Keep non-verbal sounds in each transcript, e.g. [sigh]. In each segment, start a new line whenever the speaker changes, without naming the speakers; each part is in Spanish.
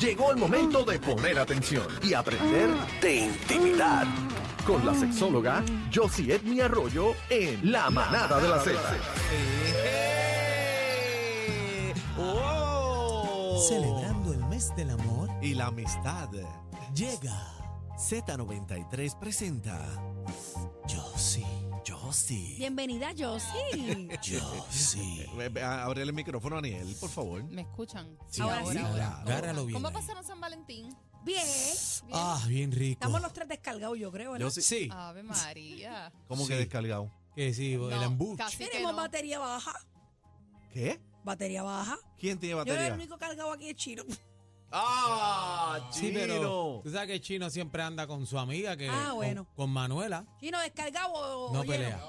Llegó el momento de poner atención y aprender de intimidad. Con la sexóloga Josie Edmi Arroyo en La Manada de la Z.
¡Eh! ¡Oh!
Celebrando el mes del amor,
Y la amistad.
llega
Z93 presenta
Josie.
Josie.
Bienvenida, Josie.
[laughs] Josie.
Eh, ve, a- Ábrele el micrófono a Aniel, por favor.
¿Me escuchan?
Sí,
Ahora sí.
Agárralo, agárralo bien.
¿Cómo
ahí.
pasaron San Valentín?
Bien.
Ah, bien rico.
Estamos los tres descargados, yo creo. ¿verdad?
Josie,
Sí, [laughs]
Ave María.
¿Cómo que
Sí.
descargado?
que sí, el
No,
embuste.
casi que
Tenemos
no.
batería baja.
¿Qué?
Batería baja.
¿Quién tiene
Yo era el
batería?
único cargado aquí de chino.
¡Ah!
Sí, pero tú sabes que Chino siempre anda con su amiga, que
Ah,
con-
bueno.
con, Manuela.
Chino descargado. o-
No
oye,
pelea.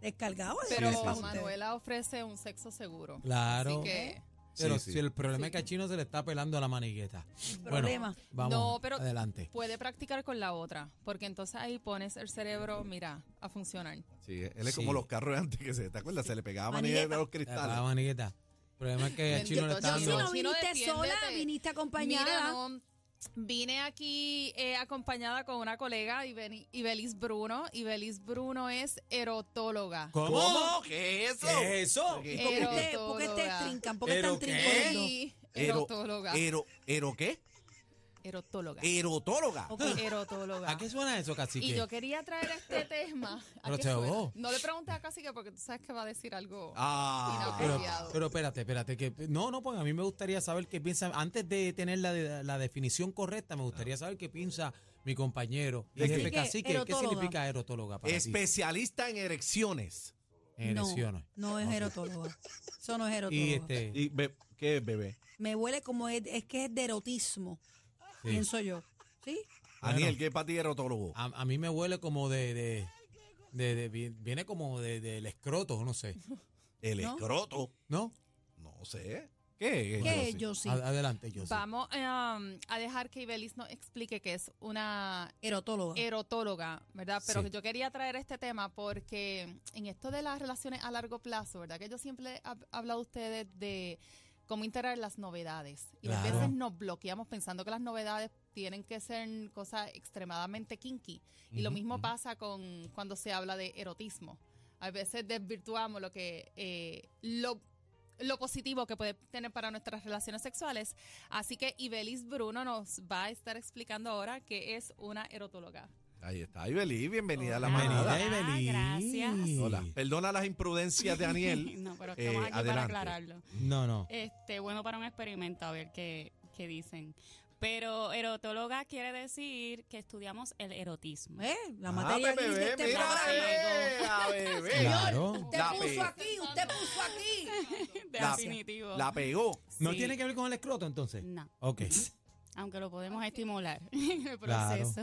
Descargado.
Pero
¿eh? Para ustedes.
Manuela ofrece un sexo seguro.
Claro.
Así que,
Pero
Sí, sí.
si el problema es que a Chino se le está pelando a la manigueta.
Problema.
Bueno, vamos,
No, pero-
adelante.
puede practicar con la otra, porque entonces ahí pones el cerebro, mira, a funcionar.
Sí, él es como
Sí.
los carros de antes que se, ¿te acuerdas? Se le pegaba manilla
Manigueta.
de los
Eh, para La
cristales.
manigueta. El problema es que a Chino le está
Yo sí
Bendito
dando...
no
Chino,
viniste
defiéndete.
sola, viniste acompañada.
Mira, no, vine aquí eh, acompañada con una colega, Ibeni- Ibelis Bruno. Ibelis Bruno es erotóloga.
¿Cómo? ¿Qué es eso?
¿Qué es eso?
¿Qué?
¿Por qué te-
Erotóloga.
¿Por qué te trincan? ¿Por qué
¿Pero
están
qué?
trincando?
Sí,
Ero,
erotóloga.
er-
ero, ¿Ero qué?
Erotóloga.
Erotóloga.
Erotóloga.
¿A qué suena eso, cacique?
Y yo quería traer
[laughs]
este tema. ¿A
Pero
qué
te
suena?
ahogó.
No le preguntes a Cacique porque tú sabes que va a decir algo.
Ah.
Pero,
Apropiado.
pero espérate, espérate, que no, no, pues a mí me gustaría saber qué piensa, antes de tener la, de- la definición correcta, me gustaría saber qué piensa mi compañero, y
¿De
jefe
qué?
cacique, ¿qué
Erotóloga.
significa erotóloga para ti? Eh,
Especialista en erecciones.
En
No,
erecciones.
no es erotóloga. Eso no es erotóloga.
[laughs] Y este,
¿Y be- qué es, bebé?
Me huele como es, es que es de erotismo,
sí.
pienso yo. ¿Sí?
Aniel, ¿qué es para ti erotólogo?
a, a mí me huele como de, de, de- de- vi- viene como de- del escroto, no sé,
El
¿no?
escroto.
¿no?
No sé. ¿Qué es?
¿Qué es,
Josie?
Josie?
Ad- adelante, yo
Vamos eh, um, a dejar que Ibelis nos explique que es una
Erotóloga.
Eh,
erotóloga, ¿verdad? Pero
Sí.
yo quería traer este tema porque en esto de las relaciones a largo plazo, ¿verdad? Que yo siempre he hab- hablado a ustedes de cómo integrar las novedades. Y a
Claro.
veces nos bloqueamos pensando que las novedades tienen que ser cosas extremadamente kinky. Y lo
Ujú,
mismo
ujú.
pasa con cuando se habla de erotismo. A veces desvirtuamos lo que eh, lo, lo positivo que puede tener para nuestras relaciones sexuales. Así que Ibelis Bruno nos va a estar explicando ahora qué es una erotóloga.
Ahí está, Ibeli, bienvenida a la
Hola.
manada.
Hola. gracias.
Hola. Perdona las imprudencias de Aniel.
[laughs] No, pero
Eh,
estamos aquí para
adelante.
aclararlo.
No, no.
Este, bueno, para un experimento, a ver qué, qué dicen. Pero erotóloga quiere decir que estudiamos el erotismo. [laughs]
¿Eh? [laughs] La
Ah,
materia gris de este
mira,
programa.
eh, a bebé.
Claro.
Usted
La
puso
pe-
aquí, usted puso
[laughs]
aquí.
Definitivo.
La pegó.
No
Sí.
tiene que ver con el escroto entonces.
No,
Ok.
aunque lo podemos estimular [laughs] en el proceso.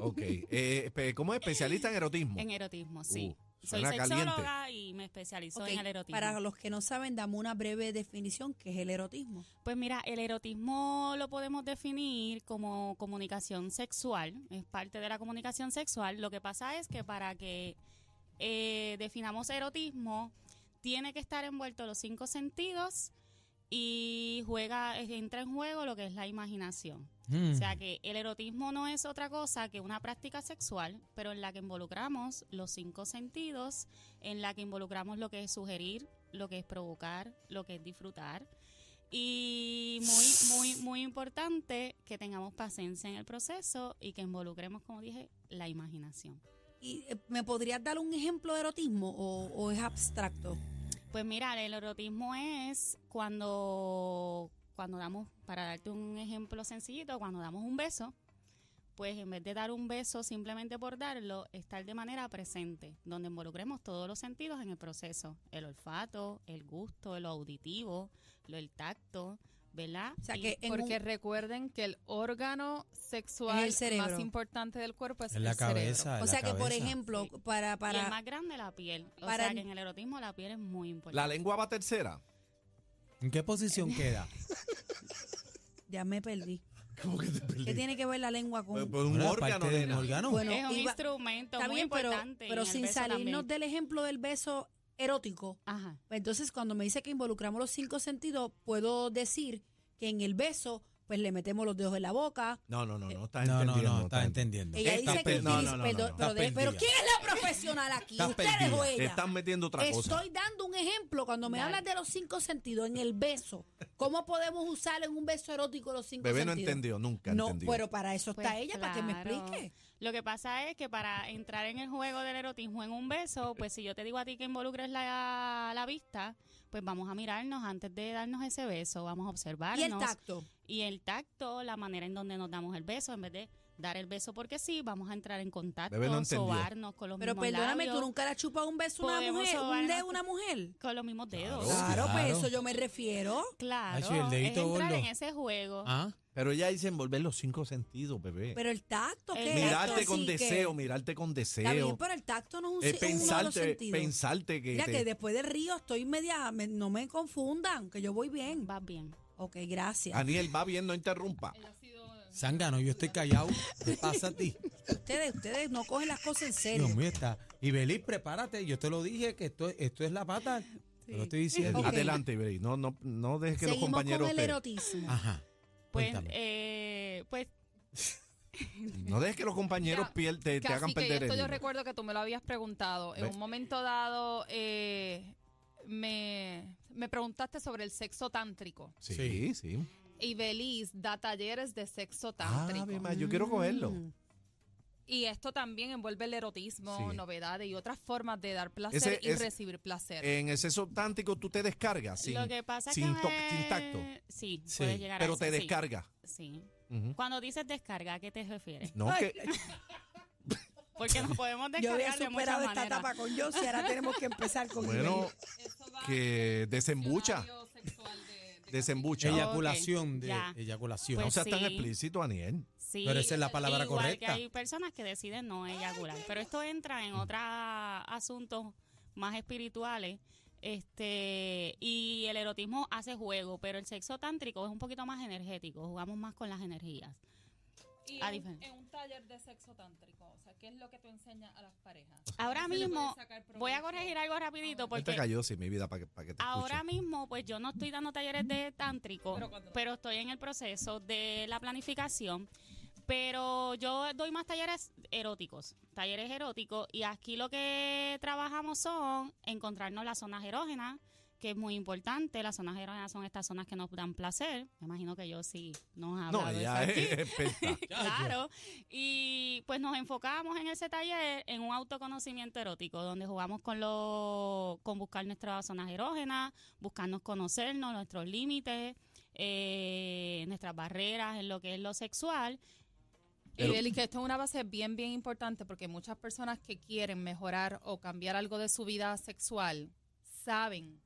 Ok. Eh, espe- ¿Cómo es especialista en erotismo?
En erotismo, sí.
Uh,
Soy
suena caliente.
sexóloga y me especializo
Ok,
en el erotismo.
Para los que no saben, dame una breve definición, que es el erotismo.
Pues mira, el erotismo lo podemos definir como comunicación sexual, es parte de la comunicación sexual. Lo que pasa es que para que eh, definamos erotismo, tiene que estar envuelto los cinco sentidos y juega, entra en juego lo que es la imaginación.
Mm. Hmm.
O sea que el erotismo no es otra cosa que una práctica sexual, pero en la que involucramos los cinco sentidos, en la que involucramos lo que es sugerir, lo que es provocar, lo que es disfrutar. Y muy, muy, muy importante que tengamos paciencia en el proceso y que involucremos, como dije, la imaginación.
¿Y eh, me podrías dar un ejemplo de erotismo o, o es abstracto?
Pues mira, el erotismo es cuando, cuando damos, para darte un ejemplo sencillito, cuando damos un beso, pues en vez de dar un beso simplemente por darlo, estar de manera presente, donde involucremos todos los sentidos en el proceso, el olfato, el gusto, lo auditivo, lo el tacto, ¿verdad?
O sea,
Y-
que en
Porque
un-
recuerden que el órgano sexual
Es el cerebro.
más importante del cuerpo es
En la
el cerebro.
cabeza. en
o
la
sea que, por
cabeza.
ejemplo,
Sí.
para...
y el
para
más grande la piel. O
para
sea
el-
que en el erotismo la piel es muy importante.
La lengua va tercera.
¿En qué posición queda?
ya me perdí.
¿Cómo que te
¿Qué
perdí?
tiene que ver la lengua
Pues,
con...?
pues un
Bueno,
órgano,
parte de un
nena.
órgano.
Bueno,
es un
iba-
instrumento
está
muy
bien, pero,
importante. y
pero
en el
sin
beso
salirnos
también.
del ejemplo del beso erótico,
Ajá.
Entonces, cuando me dice que involucramos los cinco sentidos, puedo decir que en el beso, pues, pues le metemos los dedos en la boca.
No, no, no, no estás
No, no,
entendiendo.
no, estás
estás-
entendiendo.
Ella
Estás
dice que
per- no,
Iris,
no, no,
perdón,
no,
pero,
estás
de- pero
perdida.
¿quién es la profesional aquí?
Estás
¿Ustedes o
perdida, Te
ella?
estás metiendo otra cosa.
Estoy dando un ejemplo cuando me
Dale.
hablas de los cinco sentidos en el beso. ¿Cómo podemos usar en un beso erótico los cinco
Bebé no
sentidos?
entendió, nunca
No,
entendió.
pero para eso está
Pues
ella, para que me
claro.
explique.
Lo que pasa es que para entrar en el juego del erotismo en un beso, pues si yo te digo a ti que involucres la, la vista, pues vamos a mirarnos antes de darnos ese beso, vamos a
Y
observarnos.
el tacto.
y el tacto, la manera en donde nos damos el beso, en vez de dar el beso porque sí, vamos a entrar en contacto,
Bebé, no entendió.
sobarnos con los
Pero
mismos
perdóname,
labios,
tú nunca le has chupado un beso a una
Podemos
mujer, un
sobarnos
dedo a
con-
una mujer.
con los mismos dedos.
Oh, Claro. Ah,
Claro, pues
claro.
eso yo me refiero.
Claro,
Hacho, y el dedito
es entrar
gordo.
en ese juego.
Ah,
Pero ella dice envolver los cinco sentidos, bebé.
Pero el tacto,
El
¿qué es
Mirarte
esto?
mirarte Eh, con
Así que-
deseo, mirarte con
Está bien,
deseo.
pero el tacto no es un
eh,
si- uno de los
pensarte,
sentidos.
pensarte que
Mira
te-
que después del río estoy media, me- no me confundan, que yo voy bien.
Vas bien.
Ok, gracias.
Aniel va bien, no
[laughs]
interrumpa.
Ella ha sido-
Zángano, yo estoy callado. ¿Qué pasa a ti?
Ustedes, ustedes no cogen las cosas en serio.
Dios mío, está. Y Belis, prepárate. Yo te lo dije que esto, esto es la pata. Te lo estoy diciendo.
Ok.
Eh, Adelante, Iberi. No, no, no dejes que los
Seguimos
compañeros
con el
te- Ah,
erotismo.
Ah, Ajá.
Pues,
Cuéntame.
eh, pues
no dejes que los compañeros
Ya,
pier- te, te
Casi
hagan
que
perder
esto
el
yo
hilo.
recuerdo que tú me lo habías preguntado. En
Ve.
un momento dado eh, me, me preguntaste sobre el sexo tántrico.
Sí, sí.
Y Belis da talleres de sexo
Ah,
tántrico.
yo quiero cogerlo.
Mm.
y esto también envuelve el erotismo,
Sí.
novedades y otras formas de dar placer
Ese- eh,
y
ese-
recibir placer.
En el sexo tántico tú te descargas. Sin,
lo que pasa
sin
que
toc- sin tacto.
Sí,
Sí,
puedes llegar a
pero
eso,
te
sí,
descargas.
Sí.
Ujú.
Cuando dices descarga, ¿a qué te refieres?
No, que,
Porque nos podemos
[laughs] Yo había
descargar de muchas
superado esta
maneras.
etapa con yo y ahora tenemos que empezar con
bueno, que desembucha. Desembucha.
Ella-
Eyaculación
Ok,
de
ya.
eyaculación.
no
Pues
seas tan
sí.
explícito, Aniel.
Sí,
Pero esa es la palabra
igual
correcta.
Que hay personas que deciden no eyacular, pero esto entra en otros asuntos más espirituales. Este, y el erotismo hace juego, pero el sexo tántrico es un poquito más energético, jugamos más con las energías.
Y
a
en- en,
diferencia.
un taller de sexo tántrico, o sea, ¿qué es lo que tú enseñas a las parejas?
Ahora
¿Cómo se le puede
mismo
sacar provecho?
voy a corregir algo
Este
rapidito
Él te
porque
cayó, sí, mi vida, para que, para que te
ahora
escuche.
mismo pues yo no estoy dando talleres de tántrico,
Pero cuando-
pero estoy en el proceso de la planificación. Pero yo doy más talleres eróticos, talleres eróticos, y aquí lo que trabajamos son encontrarnos las zonas erógenas, que es muy importante. Las zonas erógenas son estas zonas que nos dan placer. Me imagino que yo sí nos ha hablado
No,
de eso
ella
aquí.
es experta.
[laughs] Claro, y pues nos enfocamos en ese taller en un autoconocimiento erótico, donde jugamos con lo, con buscar nuestras zonas erógenas, buscarnos conocernos, nuestros límites, eh, nuestras barreras en lo que es lo sexual.
Y Beli, que esto es una base bien, bien importante porque muchas personas que quieren mejorar o cambiar algo de su vida sexual saben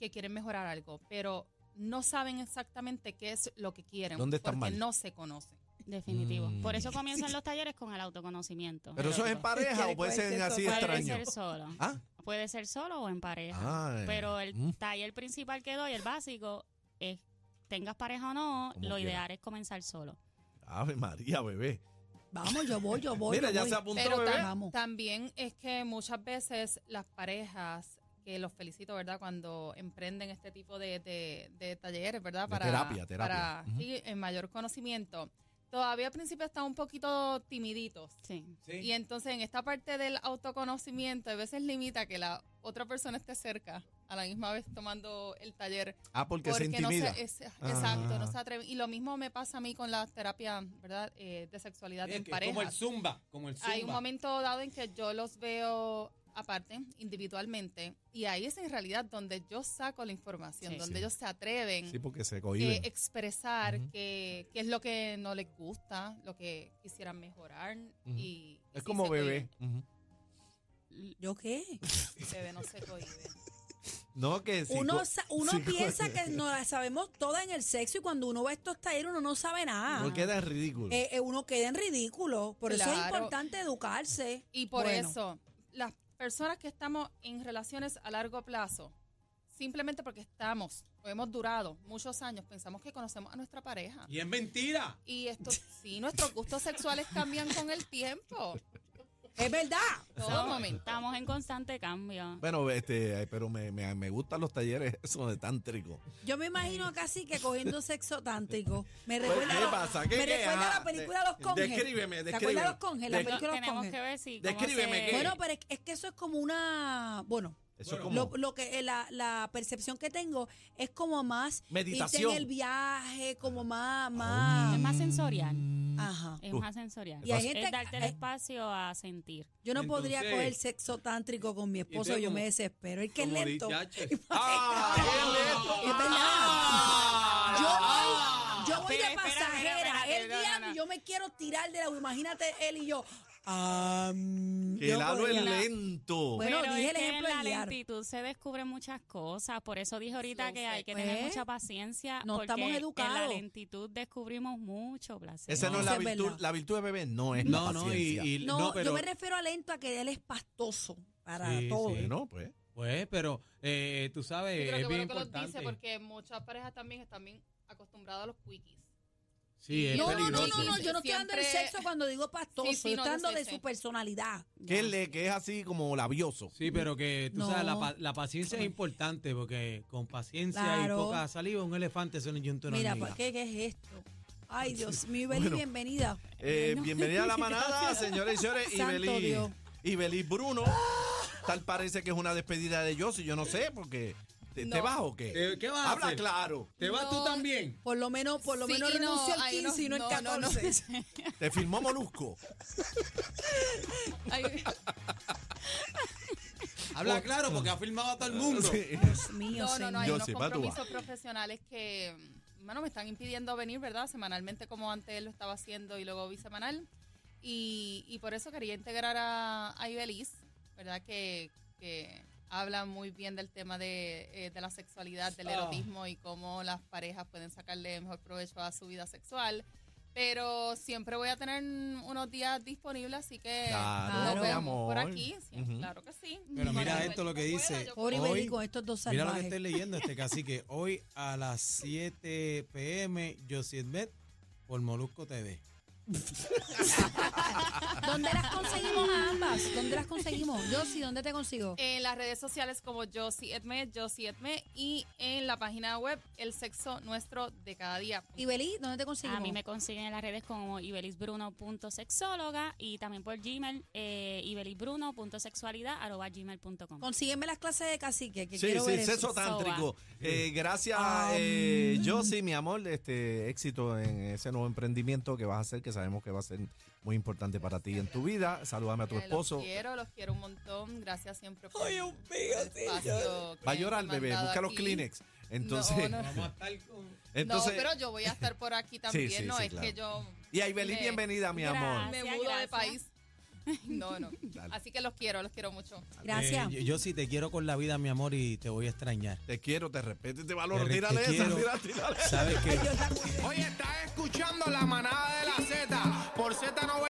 que quieren mejorar algo, pero no saben exactamente qué es lo que quieren
¿Dónde están
porque
mal?
no se conocen.
Definitivo.
Mm.
Por eso
[laughs]
comienzan los talleres con el autoconocimiento.
Pero eso es en
erótico.
pareja o puede ser en así
Puede
extraño.
ser solo.
Ah,
Puede ser solo o en pareja.
Ah, eh.
Pero el
Mm.
taller principal que doy, el básico, es tengas pareja o no,
Como
lo
quiera.
ideal es comenzar solo.
Ave María, bebé.
Vamos, yo voy, yo voy.
Mira,
yo
ya
voy.
se apuntó,
Pero
bebé.
tam-
Vamos.
también es que muchas veces las parejas, que los felicito, ¿verdad? Cuando emprenden este tipo de, de- de talleres, ¿verdad?
De terapia, terapia.
Para
Ujú.
sí, en mayor conocimiento. Todavía al principio están un poquito timiditos.
Sí.
Y entonces en esta parte del autoconocimiento a veces limita que la otra persona esté cerca a la misma vez tomando el taller.
Ah, porque, se
no se,
intimida.
es- exacto, no
Ah.
se atreve. Y lo mismo me pasa a mí con las terapias, ¿verdad? Eh, de sexualidad en pareja.
Como el zumba, como el zumba.
Hay un momento dado en que yo los veo aparte, individualmente, y ahí es en realidad donde yo saco la información,
Sí.
donde
Sí.
ellos se atreven
Sí, porque se
a
cohiben.
expresar
Ujú.
que- qué es lo que no les gusta, lo que quisieran mejorar. y, y
es
sí
como
se
bebé. Ujú.
¿Yo qué?
cohíben, Bebé no se
[laughs]
cohíbe.
No, que sí.
Uno,
co-
sa- uno
sí, co-
piensa que no la sabemos toda en el sexo y cuando uno va a estos talleres uno no sabe nada.
No queda ridículo.
Eh, eh, uno queda en ridículo. Por eso es
Claro.
importante educarse.
Y por
Bueno.
eso, las personas que estamos en relaciones a largo plazo, simplemente porque estamos, o hemos durado muchos años, pensamos que conocemos a nuestra pareja.
Y es mentira.
Y esto, sí, nuestros gustos sexuales cambian con el tiempo.
Es verdad.
Todo momento.
Estamos en constante cambio.
Bueno, este, ay, pero me, me- me gustan los talleres [laughs] eso de tántrico.
Yo me imagino casi que cogiendo sexo tántrico. Me
Pues,
recuerda,
¿qué
a los-
pasa? ¿Qué-
me
qué?
recuerda a
Ajá,
la película Los
de-
Conges.
descríbeme,
¿Te
descríbeme.
acuerdas de Los Conges? La
Des-
película Los
Tenemos
Conges.
que ver si. cómo
Descríbeme
se-
qué-
Bueno, pero es, es que eso es como una. Bueno,
Eso es
lo,
como
lo que eh, la, la percepción que tengo es como más. irte
Meditación. Ah.
en el viaje, como más.
Ah,
más
Es más sensorial.
ajá.
Es
Uh.
más sensorial.
Y hay
es
gente-
darte el
hay-
espacio a sentir.
Yo no podría
Entonces-
coger sexo tántrico con mi esposo,
entonces
yo me
como-
desespero. El que es
como
lento.
dichache.
¡Ah, qué lento!
Es verdad.
¡Ah!
Yo
Ah.
voy, yo voy de
Espera, espera,
pasajera.
espérate,
él
no, no,
guiando,
no.
yo me quiero tirar de la. Imagínate él y yo. Ah, mm,
Que
yo
el halo es
podría.
lento.
Bueno,
Pero
dije
es
el
que
ejemplo
en la
de guiar.
lentitud se descubren muchas cosas. Por eso dije ahorita
Slow
que hay que
sex.
tener
¿Eh?
mucha paciencia.
No
porque
estamos educados.
En la lentitud descubrimos mucho placer.
Esa no, es
Esa
la
es
virtud.
verdad.
La virtud de bebé no es
No,
la
no, y,
paciencia.
y-
No,
no, pero
yo me refiero a lento a que él es pastoso para
Sí,
todo.
sí.
Bueno, pues.
Pues, pero eh, tú sabes,
Yo creo que
es bien
bueno que los
importante.
dice porque muchas parejas también están bien acostumbradas a los quickies.
sí, es
No, no, no,
peligroso.
no, no, yo no estoy dando el
Siempre-
sexo cuando digo pastoso,
Sí, sí,
yo
no,
estoy
yo
dando
sé,
de
sé.
su personalidad.
Que es, le- que es así como labioso.
Sí, pero que tú
No.
sabes, la, pa- la paciencia es importante porque con paciencia
Claro.
y poca saliva, un elefante es un yunto en
Mira,
hormiga.
¿para qué, qué es esto? Ay, Dios mío, Ibeli,
Bueno.
bienvenida.
Eh, Bienvenida a
[laughs]
la manada, señores y señores.
Santo
Ibeli,
Dios.
Ibeli
[gasps]
Bruno. Tal parece que es una despedida de Yossi, yo no sé, porque. ¿Te, te
No.
vas o qué?
Eh, ¿Qué- qué vas a
Habla
hacer?
claro.
¿Te vas tú
No.
también?
Por lo menos, por lo
Sí
menos
y no,
renuncio al
hay
15 y no el
unos- no, no,
14.
[laughs] no.
Te
[laughs]
firmó Molusco.
Ay,
Habla claro porque ha filmado a todo el mundo.
Sí.
Dios mío,
no, no, no, hay
Yo
unos
sé, va, tú vas.
compromisos profesionales que, mm, bueno, me están impidiendo venir, ¿verdad? Semanalmente como antes lo estaba haciendo y luego bisemanal. Y, y por eso quería integrar a, a Ibeliz, ¿verdad? Que, que habla muy bien del tema de, eh, de la sexualidad,
Ah.
del erotismo y cómo las parejas pueden sacarle mejor provecho a su vida sexual. Pero siempre voy a tener unos días disponibles, así que
Claro,
nos
mi
vemos
amor.
por aquí. sí,
Ujú.
Claro que sí.
Pero mira
Cuando
esto lo que
Ibeliz
dice.
pueda, yo
Pobre
Hoy-
Ibeli con estos dos
Mira lo que
salvajes.
estoy leyendo, este cacique. Hoy a las 7 pm, Josiedmet por Molusco TV.
¿Dónde las conseguimos a ambas? ¿Dónde las conseguimos? Yo sí, ¿dónde te consigo?
En las redes sociales como Josie Edme, Josie Edme y en la página web El Sexo Nuestro de Cada Día.
Ibeli, ¿dónde te conseguimos?
A mí me consiguen en las redes como ibelisbruno.sexóloga y también por Gmail eh, ibelisbruno.sexualidad.gmail.com.
Consígueme las clases de cacique, que
Sí,
quiero ver
sí,
eso.
sexo tántrico. Eh, gracias,
Am.
eh, Josie, mi amor, este éxito en ese nuevo emprendimiento que vas a hacer, que sabemos que va a ser muy importante para ti en tu vida. Salúdame a tu
Eh,
esposo.
Los quiero, los quiero un montón. Gracias siempre por el espacio que
Va a
me
llorar,
han
bebé,
dado
busca los
aquí.
Kleenex. Entonces,
No, no, no.
Vamos a estar con...
entonces
No, pero yo voy a estar por aquí
[laughs]
también.
sí,
no
sí,
es
claro.
que yo
y Aibeli,
me-
bienvenida, mi amor.
me
Gracias,
mudo de
gracias.
país. [laughs] No, no.
Dale.
Así que los quiero, los quiero mucho.
Gracias.
Eh, yo, yo sí te quiero con la vida, mi amor, y te voy a extrañar.
Te quiero, te respeto y te valoro.
Te re-
tírale
te
esa,
quiero.
tírale, tírale.
¿Sabes qué?
Oye, estás escuchando la manada.